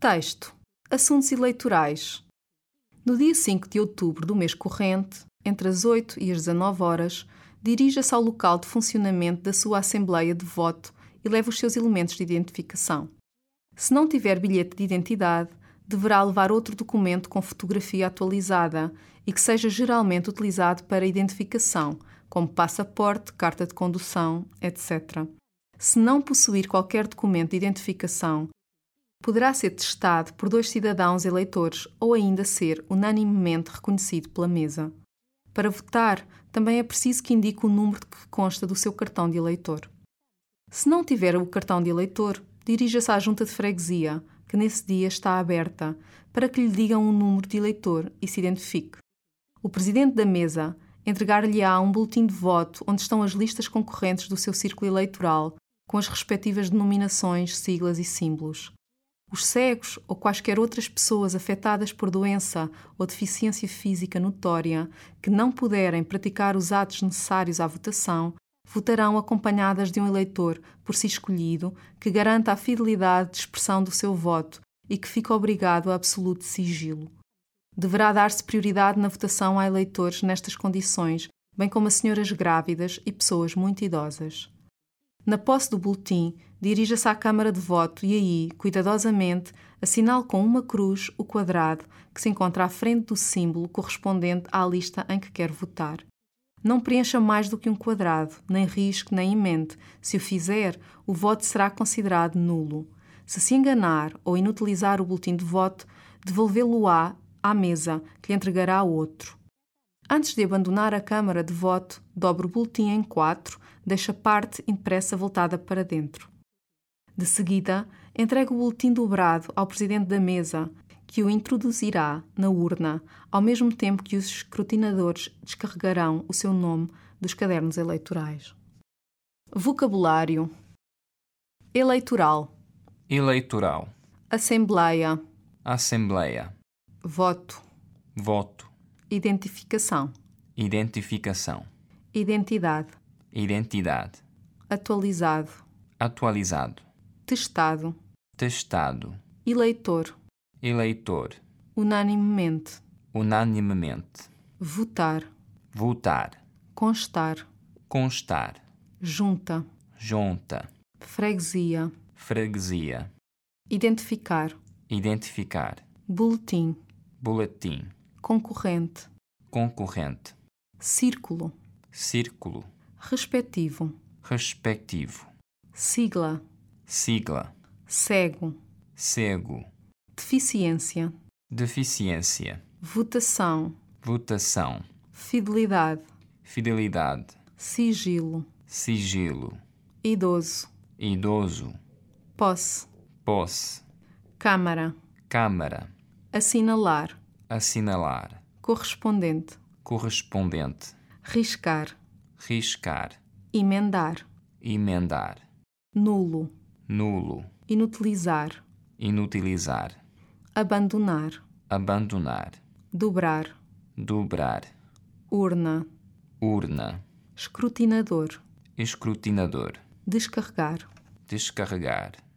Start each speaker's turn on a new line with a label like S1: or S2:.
S1: Texto: Assuntos eleitorais. No dia 5 de outubro do mês corrente, entre as 8 e as 19 horas, dirija-se ao local de funcionamento da sua Assembleia de Voto e leve os seus elementos de identificação. Se não tiver bilhete de identidade, deverá levar outro documento com fotografia atualizada e que seja geralmente utilizado para identificação, como passaporte, carta de condução, etc. Se não possuir qualquer documento de identificação, poderá ser testado por dois cidadãos eleitores ou ainda ser unanimemente reconhecido pela mesa. Para votar, também é preciso que indique o número que consta do seu cartão de eleitor. Se não tiver o cartão de eleitor, dirija-se à junta de freguesia, que nesse dia está aberta, para que lhe digam o número de eleitor e se identifique. O presidente da mesa entregar-lhe-á um boletim de voto onde estão as listas concorrentes do seu círculo eleitoral, com as respectivas denominações, siglas e símbolos. Os cegos ou quaisquer outras pessoas afetadas por doença ou deficiência física notória que não puderem praticar os atos necessários à votação votarão acompanhadas de um eleitor, por si escolhido, que garanta a fidelidade de expressão do seu voto e que fica obrigado a absoluto sigilo. Deverá dar-se prioridade na votação a eleitores nestas condições, bem como a senhoras grávidas e pessoas muito idosas. Na posse do boletim, dirija-se à Câmara de Voto e aí, cuidadosamente, assinale com uma cruz o quadrado que se encontra à frente do símbolo correspondente à lista em que quer votar. Não preencha mais do que um quadrado, nem risque, nem emente. Se o fizer, o voto será considerado nulo. Se se enganar ou inutilizar o boletim de voto, devolvê-lo-á à mesa, que lhe entregará outro. Antes de abandonar a Câmara de Voto, dobre o boletim em quatro, deixa parte impressa voltada para dentro. De seguida, entrega o boletim dobrado ao Presidente da Mesa, que o introduzirá na urna, ao mesmo tempo que os escrutinadores descarregarão o seu nome dos cadernos eleitorais. Vocabulário: Eleitoral,
S2: eleitoral,
S1: Assembleia,
S2: assembleia,
S1: Voto,
S2: voto,
S1: Identificação,
S2: identificação,
S1: Identidade,
S2: identidade,
S1: Atualizado,
S2: atualizado,
S1: Testado,
S2: testado,
S1: Eleitor,
S2: eleitor,
S1: unanimemente,
S2: unanimemente,
S1: votar,
S2: votar,
S1: constar,
S2: constar,
S1: junta,
S2: junta,
S1: freguesia,
S2: freguesia,
S1: identificar,
S2: identificar,
S1: boletim,
S2: boletim,
S1: concorrente,
S2: concorrente,
S1: círculo,
S2: círculo,
S1: respectivo,
S2: respectivo,
S1: sigla,
S2: sigla,
S1: cego,
S2: cego,
S1: deficiência,
S2: deficiência,
S1: votação,
S2: votação,
S1: fidelidade,
S2: fidelidade,
S1: sigilo,
S2: sigilo,
S1: idoso,
S2: idoso,
S1: posse,
S2: posse,
S1: câmara,
S2: câmara,
S1: assinalar,
S2: assinalar,
S1: correspondente,
S2: correspondente,
S1: riscar,
S2: riscar,
S1: emendar,
S2: emendar,
S1: nulo,
S2: nulo,
S1: inutilizar,
S2: inutilizar,
S1: abandonar,
S2: abandonar,
S1: dobrar,
S2: dobrar,
S1: urna,
S2: urna,
S1: escrutinador,
S2: escrutinador,
S1: descarregar,
S2: descarregar,